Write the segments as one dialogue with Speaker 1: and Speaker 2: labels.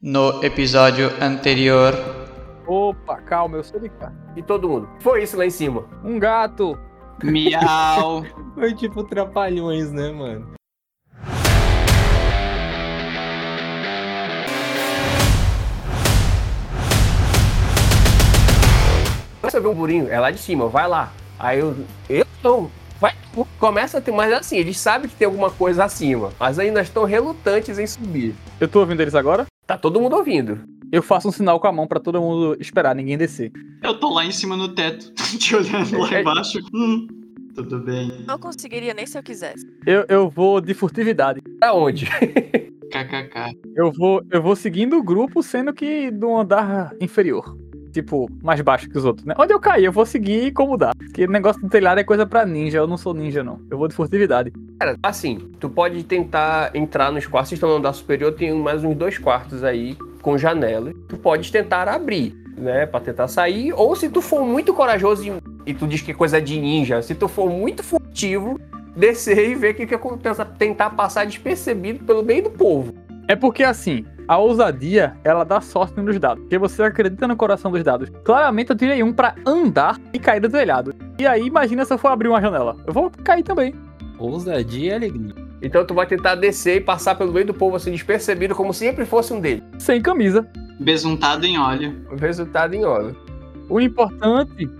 Speaker 1: no episódio anterior.
Speaker 2: Opa, calma, eu sou de cá.
Speaker 3: E todo mundo. Foi isso lá em cima.
Speaker 2: Um gato.
Speaker 1: Miau!
Speaker 4: Foi tipo trapalhões, né, mano?
Speaker 3: Começa a ver um burinho, é lá de cima, vai lá. Aí eu. Eu tô. Vai, tu. começa a ter, mas assim, eles sabem que tem alguma coisa acima, mas ainda estão relutantes em subir.
Speaker 2: Eu tô ouvindo eles agora?
Speaker 3: Tá todo mundo ouvindo.
Speaker 2: Eu faço um sinal com a mão pra todo mundo esperar, ninguém descer.
Speaker 1: Eu tô lá em cima no teto, te olhando lá embaixo. Hum, tudo bem.
Speaker 5: Não conseguiria nem se eu quisesse.
Speaker 2: Eu, eu vou de furtividade.
Speaker 3: Pra onde?
Speaker 1: KKK.
Speaker 2: Eu vou, eu vou seguindo o grupo, sendo que do andar inferior. Tipo, mais baixo que os outros, né? Onde eu caí, eu vou seguir como dá. Porque negócio do telhado é coisa pra ninja, eu não sou ninja, não. Eu vou de furtividade.
Speaker 3: Cara, assim, tu pode tentar entrar nos quartos, vocês estão no andar superior, tem mais uns dois quartos aí com janelas. Tu pode tentar abrir, né, Pra tentar sair, ou se tu for muito corajoso e, e tu diz que é coisa de ninja, se tu for muito furtivo, descer e ver o que que acontece, tentar passar despercebido pelo meio do povo.
Speaker 2: É porque assim, a ousadia, ela dá sorte nos dados. Porque você acredita no coração dos dados. Claramente eu tirei um pra andar e cair do telhado. E aí, imagina se eu for abrir uma janela. Eu vou cair também.
Speaker 4: Ousadia e alegria.
Speaker 3: Então tu vai tentar descer e passar pelo meio do povo assim despercebido, como sempre fosse um deles.
Speaker 2: Sem camisa.
Speaker 1: Besuntado em óleo.
Speaker 3: O resultado em hora.
Speaker 2: O importante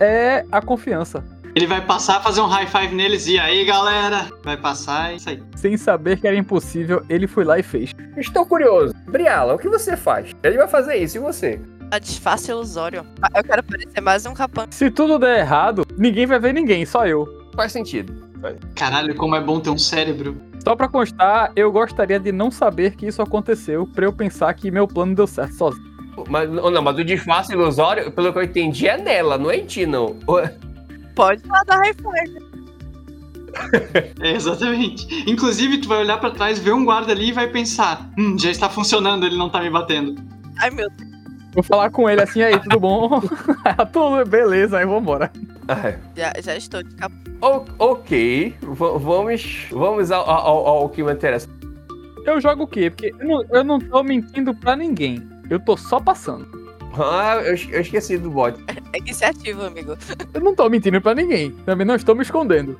Speaker 2: é a confiança.
Speaker 1: Ele vai passar, fazer um high five neles e aí, galera? Vai passar é e sair.
Speaker 2: Sem saber que era impossível, ele foi lá e fez.
Speaker 3: Estou curioso. Briala, o que você faz? Ele vai fazer isso, e você?
Speaker 5: A disfarce é ilusório. Ah, Eu quero parecer mais um capanga.
Speaker 2: Se tudo der errado, ninguém vai ver ninguém, só eu.
Speaker 3: Faz sentido.
Speaker 1: Caralho, como é bom ter um cérebro.
Speaker 2: Só pra constar, eu gostaria de não saber que isso aconteceu pra eu pensar que meu plano deu certo sozinho.
Speaker 3: Mas, oh, não, mas o disfarce ilusório, pelo que eu entendi, é nela, não é em ti, não.
Speaker 5: Pode lá dar high five.
Speaker 1: É, exatamente. Inclusive, tu vai olhar pra trás, ver um guarda ali e vai pensar: hum, já está funcionando, ele não tá me batendo.
Speaker 5: Ai, meu Deus.
Speaker 2: Vou falar com ele assim, aí, tudo bom? Ah, tudo beleza, aí vambora.
Speaker 3: Ah,
Speaker 5: Já, já estou de capanga.
Speaker 3: o- ok, v- vamos, vamos ao, ao- ao que me interessa.
Speaker 2: Eu jogo o quê? Porque eu não, eu não tô mentindo pra ninguém. Eu tô só passando.
Speaker 3: Ah, eu, es- eu esqueci do bot.
Speaker 5: É iniciativa, amigo.
Speaker 2: Eu não tô mentindo pra ninguém. Também não estou me escondendo.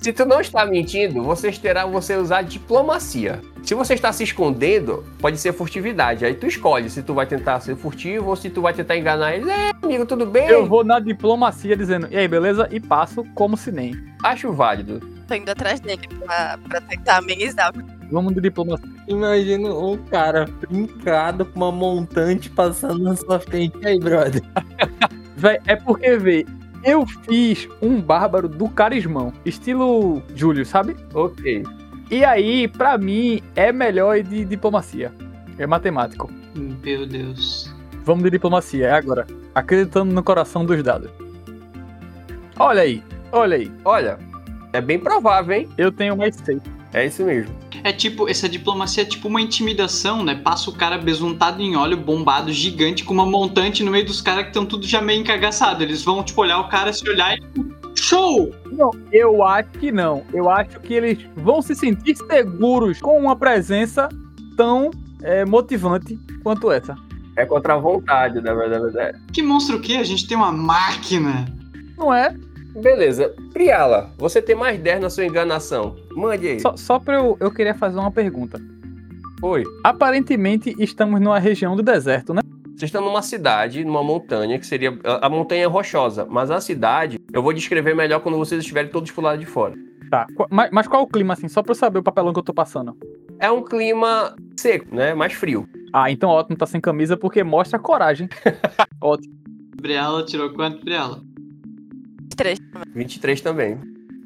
Speaker 3: Se tu não está mentindo, você terá você usar diplomacia. Se você está se escondendo, pode ser furtividade. Aí tu escolhe se tu vai tentar ser furtivo ou se tu vai tentar enganar eles. É, amigo, tudo bem?
Speaker 2: Eu vou na diplomacia dizendo, e aí, beleza? E passo como se nem.
Speaker 3: acho válido.
Speaker 5: Tô indo atrás dele pra, pra tentar amenizar.
Speaker 2: Vamos de diplomacia.
Speaker 4: Imagina um cara brincado com uma montante passando na sua frente. E aí, brother?
Speaker 2: Véi, é porque, vê, eu fiz um bárbaro do carismão. Estilo Júlio, sabe?
Speaker 3: Ok.
Speaker 2: E aí, pra mim, é melhor ir de diplomacia. É matemático.
Speaker 1: Meu Deus.
Speaker 2: Vamos de diplomacia, é agora. Acreditando no coração dos dados. Olha aí, olha aí.
Speaker 3: Olha, é bem provável, hein?
Speaker 2: Eu tenho mais seis.
Speaker 3: É isso mesmo.
Speaker 1: É tipo, essa diplomacia é tipo uma intimidação, né? Passa o cara besuntado em óleo, bombado, gigante, com uma montante no meio dos caras que estão tudo já meio encagaçado. Eles vão, tipo, olhar o cara, se olhar e. tipo, Show!
Speaker 2: Não, eu acho que não. Eu acho que eles vão se sentir seguros com uma presença tão é, motivante quanto essa.
Speaker 3: É contra a vontade, na verdade. é. na verdade.
Speaker 1: Que monstro o quê? A gente tem uma máquina.
Speaker 2: Não é?
Speaker 3: Beleza. Priala, você tem mais 10 na sua enganação. Mande aí.
Speaker 2: Só, só pra eu, eu queria fazer uma pergunta.
Speaker 3: Oi.
Speaker 2: Aparentemente, estamos numa região do deserto, né?
Speaker 3: Vocês estão numa cidade, numa montanha, que seria. A a montanha é rochosa, mas a cidade eu vou descrever melhor quando vocês estiverem todos pro lado de fora.
Speaker 2: Tá. Qu- Mas, mas qual o clima, assim? Só pra eu saber o papelão que eu tô passando.
Speaker 3: É um clima seco, né? Mais frio.
Speaker 2: Ah, então ótimo, tá sem camisa porque mostra coragem. ótimo.
Speaker 1: Briella tirou quanto, Briella?
Speaker 5: Três.
Speaker 3: 23 também.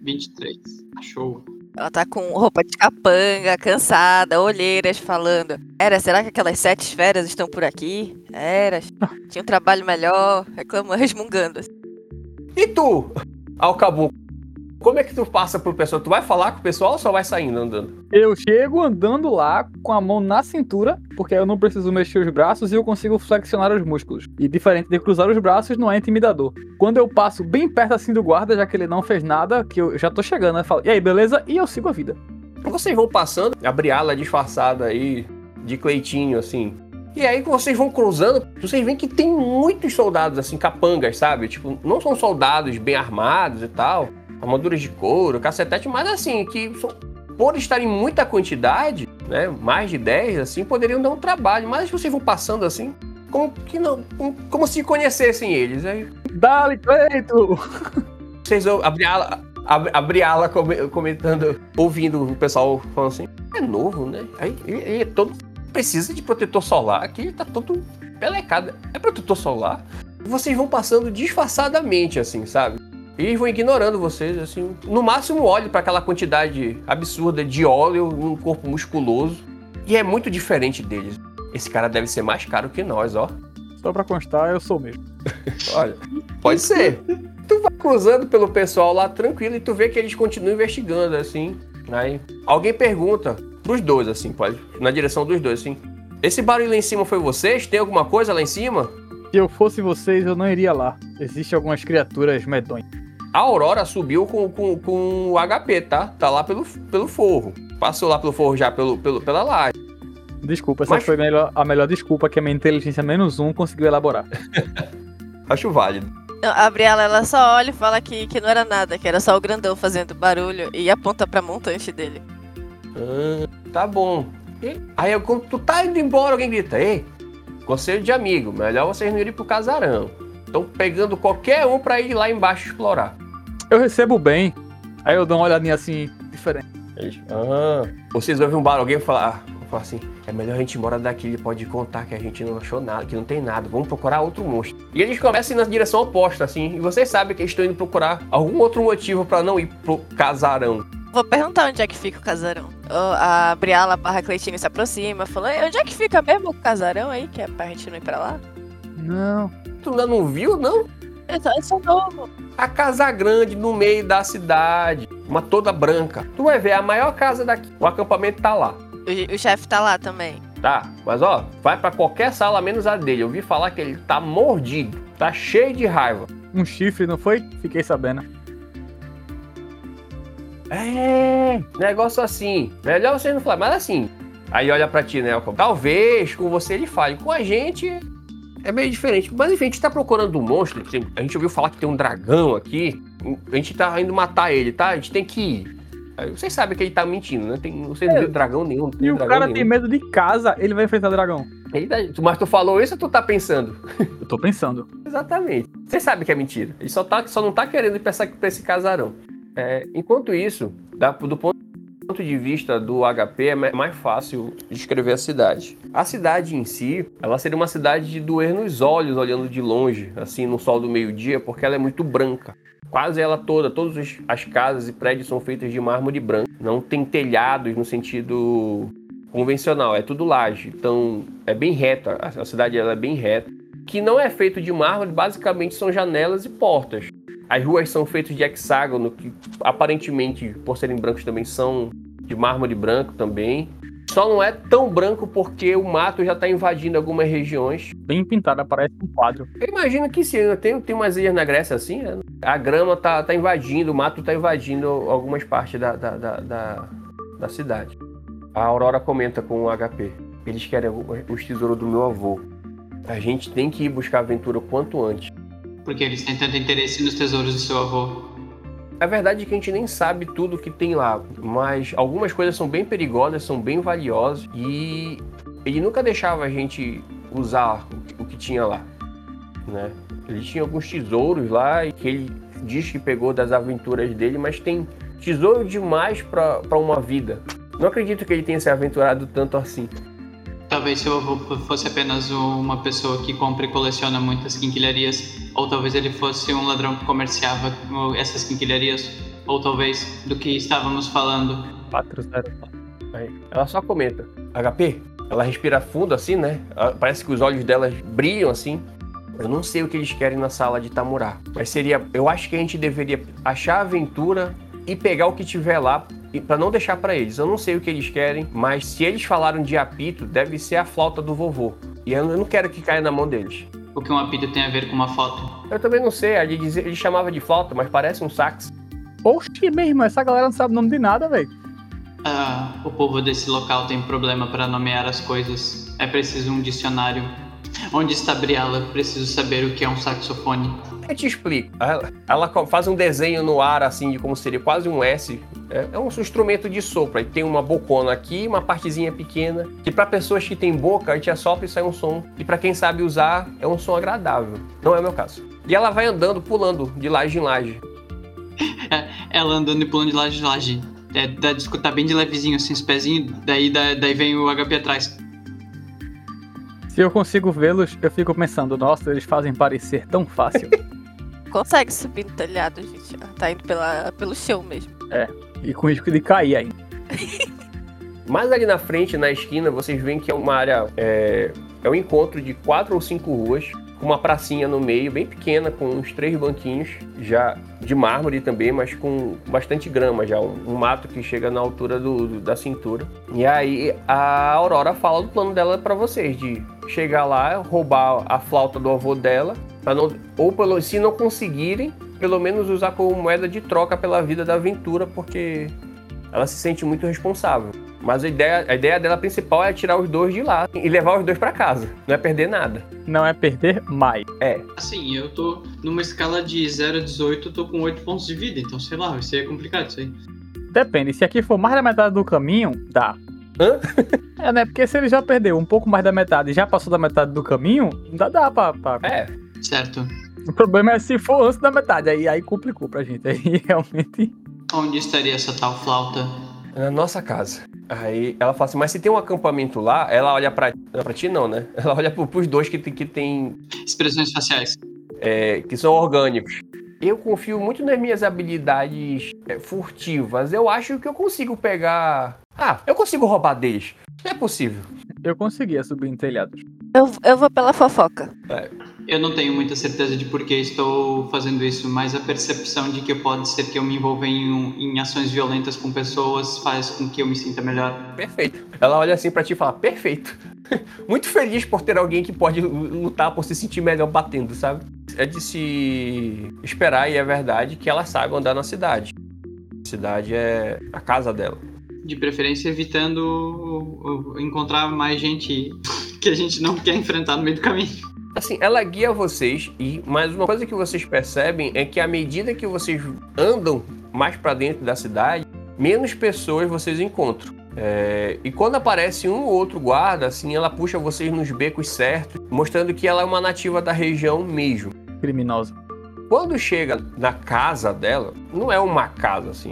Speaker 1: 23. Show.
Speaker 5: Ela tá com roupa de capanga, cansada, olheiras, falando. Era, será que aquelas sete esferas estão por aqui? Era, tinha um trabalho melhor, reclamando, resmungando. assim.
Speaker 3: E tu, Alcabuco? Como é que tu passa pro pessoal? Tu vai falar com o pessoal ou só vai saindo andando?
Speaker 2: Eu chego andando lá com a mão na cintura, porque eu não preciso mexer os braços e eu consigo flexionar os músculos. E diferente de cruzar os braços, não é intimidador. Quando eu passo bem perto assim do guarda, já que ele não fez nada, que eu já tô né, chegando, eu falo, e aí, beleza? E eu sigo a vida.
Speaker 3: Vocês vão passando, a Briala disfarçada aí, de Cleitinho, assim. E aí que vocês vão cruzando, vocês veem que tem muitos soldados, assim, capangas, sabe? Tipo, não são soldados bem armados e tal, armaduras de couro, cacetete, mas assim, que são- por estar em muita quantidade, né, mais de 10, assim, poderiam dar um trabalho, mas vocês vão passando, assim, como que não, como, como se conhecessem eles. né? Aí
Speaker 2: Dali, Cleito!
Speaker 3: vocês vão abrir ala, ab- abrir ala come- comentando, ouvindo o pessoal falando assim, é novo, né? Aí ele, ele é todo. Precisa de protetor solar, aqui ele tá todo pelecado. É protetor solar? Vocês vão passando disfarçadamente, assim, sabe? E vão ignorando vocês, assim. No máximo, olho para aquela quantidade absurda de óleo num corpo musculoso. E é muito diferente deles. Esse cara deve ser mais caro que nós, ó.
Speaker 2: Só pra constar, eu sou mesmo.
Speaker 3: Olha, pode ser. Tu vai cruzando pelo pessoal lá tranquilo e tu vê que eles continuam investigando, assim. Aí alguém pergunta pros dois, assim, pode, na direção dos dois, assim. Esse barulho lá em cima foi vocês? Tem alguma coisa lá em cima?
Speaker 2: Se eu fosse vocês, eu não iria lá. Existem algumas criaturas medonhas.
Speaker 3: A Aurora subiu com, com, com o HP, tá? Tá lá pelo, pelo forro. Passou lá pelo forro já, pelo, pelo, pela laje.
Speaker 2: Desculpa, essa
Speaker 3: Mas-
Speaker 2: foi a melhor- a melhor desculpa que a minha inteligência menos um conseguiu elaborar.
Speaker 3: Acho válido.
Speaker 5: Não, a Briella, Então, ela só olha e fala que, que não era nada, que era só o grandão fazendo barulho e aponta pra montante dele.
Speaker 3: Tá bom. E aí, quando tu tá indo embora, alguém grita: Ei, conselho de amigo, melhor vocês não irem pro casarão. Estão pegando qualquer um pra ir lá embaixo explorar.
Speaker 2: Eu recebo bem. Aí eu dou uma olhadinha assim, diferente.
Speaker 3: Eles, ah. Vocês ouvem um barulho, alguém falar, ah, falar assim: É melhor a gente ir embora daqui, ele pode contar que a gente não achou nada, que não tem nada, vamos procurar outro monstro. E eles começam a ir na direção oposta, assim, e vocês sabem que eles estão indo procurar algum outro motivo pra não ir pro casarão.
Speaker 5: Vou perguntar onde é que fica o casarão. Ó, A Briala barra Cleitinho se aproxima, falou, "Ei, onde é que fica mesmo o casarão aí, que é pra gente não ir pra lá?
Speaker 2: Não.
Speaker 3: Tu ainda não viu, não?
Speaker 5: Eu sou, eu sou novo.
Speaker 3: a casa grande no meio da cidade, uma toda branca. Tu vai ver, é a maior casa daqui. O acampamento tá lá,
Speaker 5: O, o chefe tá lá também.
Speaker 3: tá? Mas ó, vai pra qualquer sala menos a dele. Eu ouvi falar que ele tá mordido, tá cheio de raiva.
Speaker 2: Um chifre, não foi? Fiquei sabendo.
Speaker 3: É, negócio assim. Melhor você não falar, mas assim. Aí olha pra ti, né? Elton? Talvez com você ele fale, com a gente é meio diferente. Mas enfim, a gente tá procurando um monstro. tem- A gente ouviu falar que tem um dragão aqui. A gente tá indo matar ele, tá? A gente tem que ir. Aí Vocês sabem que ele tá mentindo, né? Tem, vocês não viram dragão nenhum. não tem
Speaker 2: É, E o
Speaker 3: dragão
Speaker 2: cara tem
Speaker 3: nenhum.
Speaker 2: medo de casa, ele vai enfrentar dragão.
Speaker 3: Ele tá- Mas tu falou isso ou tu tá pensando?
Speaker 2: Eu tô pensando.
Speaker 3: Exatamente. Vocês sabem que é mentira. Ele só, tá, só não tá querendo ir pra, essa- pra esse casarão. É, enquanto isso, da- do ponto ponto de vista do HP é ma- mais fácil descrever a cidade. A cidade em si, ela seria uma cidade de doer nos olhos olhando de longe, assim no sol do meio-dia, porque ela é muito branca. Quase ela toda, todas os- as casas e prédios são feitas de mármore branco. Não tem telhados no sentido convencional, é tudo laje. Então é bem reta, a, a cidade ela é bem reta. Que não é feito de mármore, basicamente são janelas e portas. As ruas são feitas de hexágono, que aparentemente, por serem brancos, também são de mármore branco também. Só não é tão branco porque o mato já está invadindo algumas regiões.
Speaker 2: Bem pintada, parece um quadro.
Speaker 3: Eu imagino que sim, né? tem, tem umas ilhas na Grécia assim, né? A grama tá, tá invadindo, o mato tá invadindo algumas partes da, da, da, da- da cidade. A Aurora comenta com o HP. Eles querem o- os tesouros do meu avô. A gente tem que ir buscar a aventura o quanto antes.
Speaker 1: Porque eles têm tanto interesse nos tesouros do seu avô.
Speaker 3: A verdade é que a gente nem sabe tudo que tem lá, mas algumas coisas são bem perigosas, são bem valiosas e ele nunca deixava a gente usar o que- o que tinha lá, né? Ele tinha alguns tesouros lá e que ele diz que pegou das aventuras dele, mas tem tesouro demais pra pra uma vida. Não acredito que ele tenha se aventurado tanto assim.
Speaker 1: Talvez seu avô fosse apenas uma pessoa que compra e coleciona muitas quinquilharias. Ou talvez ele fosse um ladrão que comerciava com essas quinquilharias. Ou talvez do que estávamos falando.
Speaker 2: 4-0.
Speaker 3: Aí, ela só comenta. HP, ela respira fundo assim, né? Ah, Parece que os olhos dela brilham assim. Eu não sei o que eles querem na sala de Tamurá, mas seria. Eu acho que a gente deveria achar a aventura e pegar o que tiver lá e- pra não deixar pra eles. Eu não sei o que eles querem, mas se eles falaram de apito, deve ser a flauta do vovô. E eu eu não quero que caia na mão deles.
Speaker 1: O que um apito tem a ver com uma foto?
Speaker 3: Eu também não sei, ele, dizia- ele chamava de flauta, mas parece um sax.
Speaker 2: Oxi, meu irmão, essa galera não sabe o nome de nada, velho.
Speaker 1: Ah, o povo desse local tem problema para nomear as coisas. É preciso um dicionário. Onde está Briala? Preciso saber o que é um saxofone.
Speaker 3: Eu te explico. Ela, ela co- faz um desenho no ar, assim, de como seria quase um S. É, é um instrumento de sopro. Aí tem uma bocona aqui, uma partezinha pequena. Que pra pessoas que têm boca, a gente assopra e sai um som. E pra quem sabe usar, é um som agradável. Não é o meu caso. E ela vai andando, pulando de laje em laje.
Speaker 1: Ela andando e pulando de laje em laje. É, dá de escutar bem de levezinho, assim, os pezinhos. Daí, da- daí vem o HP atrás.
Speaker 2: Se eu consigo vê-los, eu fico pensando, nossa, eles fazem parecer tão fácil.
Speaker 5: Consegue subir no telhado, gente. Ela tá indo pela, pelo chão mesmo.
Speaker 2: e com risco de cair ainda.
Speaker 3: Mais ali na frente, na esquina, vocês veem que é uma área. É, é um encontro de quatro ou cinco ruas, com uma pracinha no meio, bem pequena, com uns três banquinhos, já de mármore também, mas com bastante grama já, um, um mato que chega na altura do- do- da cintura. E aí a Aurora fala do plano dela pra vocês, de chegar lá, roubar a flauta do avô dela, pra não, ou pelo, se não conseguirem, pelo menos usar como moeda de troca pela vida da aventura, porque ela se sente muito responsável. Mas a ideia, a ideia dela principal é tirar os dois de lá e levar os dois pra casa. Não é perder nada.
Speaker 2: Não é perder mais.
Speaker 1: Assim, eu tô numa escala de 0 a 18, eu tô com 8 pontos de vida, então sei lá, vai ser complicado isso aí.
Speaker 2: Depende, se aqui for mais da metade do caminho, dá.
Speaker 3: Hã?
Speaker 2: É, né? Porque se ele já perdeu um pouco mais da metade e já passou da metade do caminho, dá, dá pra. pra-
Speaker 3: É,
Speaker 1: Certo.
Speaker 2: O problema é se for antes da metade, aí, aí complicou pra gente. Aí realmente.
Speaker 1: Onde estaria essa tal flauta?
Speaker 3: é na nossa casa. Aí ela fala assim, mas se tem um acampamento lá, ela olha pra, não, pra ti não, né? Ela olha pro, pros dois que, tem- que tem,
Speaker 1: Expressões faciais.
Speaker 3: é, que são orgânicos. Eu confio muito nas minhas habilidades é, furtivas. Eu acho que eu consigo pegar... Ah, eu consigo roubar deles. Não é possível.
Speaker 2: Eu um conseguia subir em telhados.
Speaker 5: Eu, eu vou pela fofoca.
Speaker 1: Eu não tenho muita certeza de por que estou fazendo isso, mas a percepção de que pode ser que eu me envolva em, um- em ações violentas com pessoas faz com que eu me sinta melhor.
Speaker 3: Perfeito. Ela olha assim pra ti e fala, perfeito. Muito feliz por ter alguém que pode lutar por se sentir melhor batendo, sabe? É de se esperar, e é verdade, que ela saiba andar na cidade. A cidade é a casa dela.
Speaker 1: De preferência, evitando o- o- encontrar mais gente que a gente não quer enfrentar no meio do caminho.
Speaker 3: Assim, ela guia vocês e mas uma coisa que vocês percebem é que à medida que vocês andam mais pra dentro da cidade, menos pessoas vocês encontram. É, e quando aparece um ou outro guarda, assim, ela puxa vocês nos becos certos, mostrando que ela é uma nativa da região mesmo.
Speaker 2: Criminosa.
Speaker 3: Quando chega na casa dela, não é uma casa assim.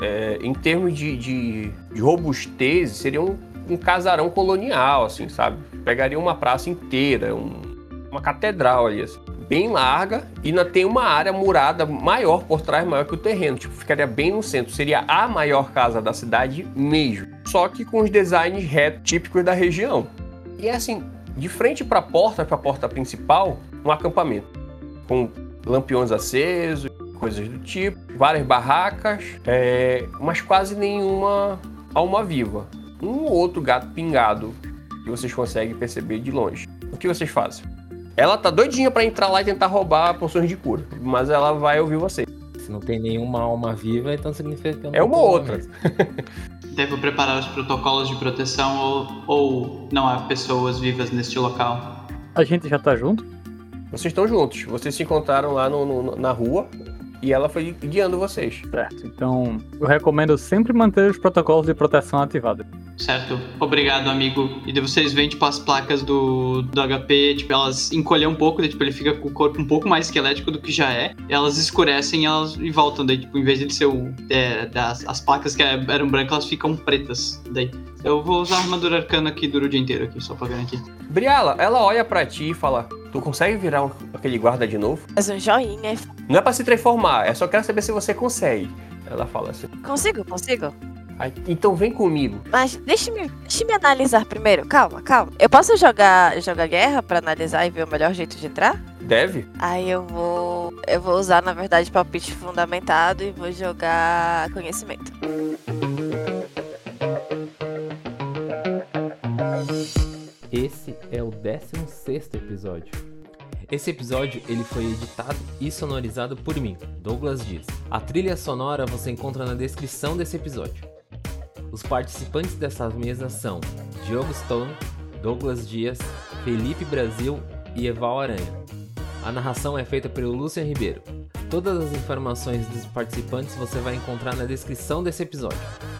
Speaker 3: é- em termos de, de- de robustez, seria um, um casarão colonial, assim, sabe? Pegaria uma praça inteira, um- uma catedral ali, assim. Bem larga e ainda tem uma área murada maior por trás, maior que o terreno. Tipo, ficaria bem no centro. Seria a maior casa da cidade mesmo. Só que com os designs retos típicos da região. E assim, de frente para a porta, para a porta principal, um acampamento. Com lampiões acesos, coisas do tipo, várias barracas, é, mas quase nenhuma alma viva. Um ou outro gato pingado que vocês conseguem perceber de longe. O que vocês fazem? Ela tá doidinha pra entrar lá e tentar roubar poções de cura, mas ela vai ouvir vocês.
Speaker 4: Se não tem nenhuma alma viva, então significa que eu não
Speaker 3: É uma
Speaker 4: tô
Speaker 3: ou outra.
Speaker 4: vivo.
Speaker 1: Devo preparar os protocolos de proteção ou, ou não há pessoas vivas neste local.
Speaker 2: A gente já tá junto?
Speaker 3: Vocês estão juntos, vocês se encontraram lá no- no- na rua e ela foi guiando vocês.
Speaker 2: Certo. Então, eu recomendo sempre manter os protocolos de proteção ativados.
Speaker 1: Certo? Obrigado, amigo. E daí vocês veem, tipo, as placas do, do HP, tipo, elas encolhem um pouco, daí, tipo, ele fica com o corpo um pouco mais esquelético do que já é. Elas escurecem elas, e voltam, daí, tipo, em vez de ser o, é, das, as placas que é, eram brancas, elas ficam pretas. Daí. Eu vou usar a armadura arcana que dura o dia inteiro aqui, só pra garantir.
Speaker 3: Briala, ela olha pra ti e fala: Tu consegue virar um- aquele guarda de novo?
Speaker 5: Faz um joinha. e-
Speaker 3: Não é pra se transformar, é só quero saber se você consegue. Ela fala assim.
Speaker 5: Consigo, consigo.
Speaker 3: "Ai, então vem comigo.
Speaker 5: Mas deixe-me deixe-me analisar primeiro. Calma, calma. Eu posso jogar, jogar guerra pra analisar e ver o melhor jeito de entrar?
Speaker 3: Deve?
Speaker 5: Aí eu vou. Eu vou usar, na verdade, palpite fundamentado e vou jogar conhecimento.
Speaker 4: Esse é o 16 episódio. Esse episódio ele foi editado e sonorizado por mim, Douglas Dias. A trilha sonora você encontra na descrição desse episódio. Os participantes dessa mesa são Diogo Stone, Douglas Dias, Felipe Brasil e Eval Aranha. A narração é feita pelo Lúcio Ribeiro. Todas as informações dos participantes você vai encontrar na descrição desse episódio.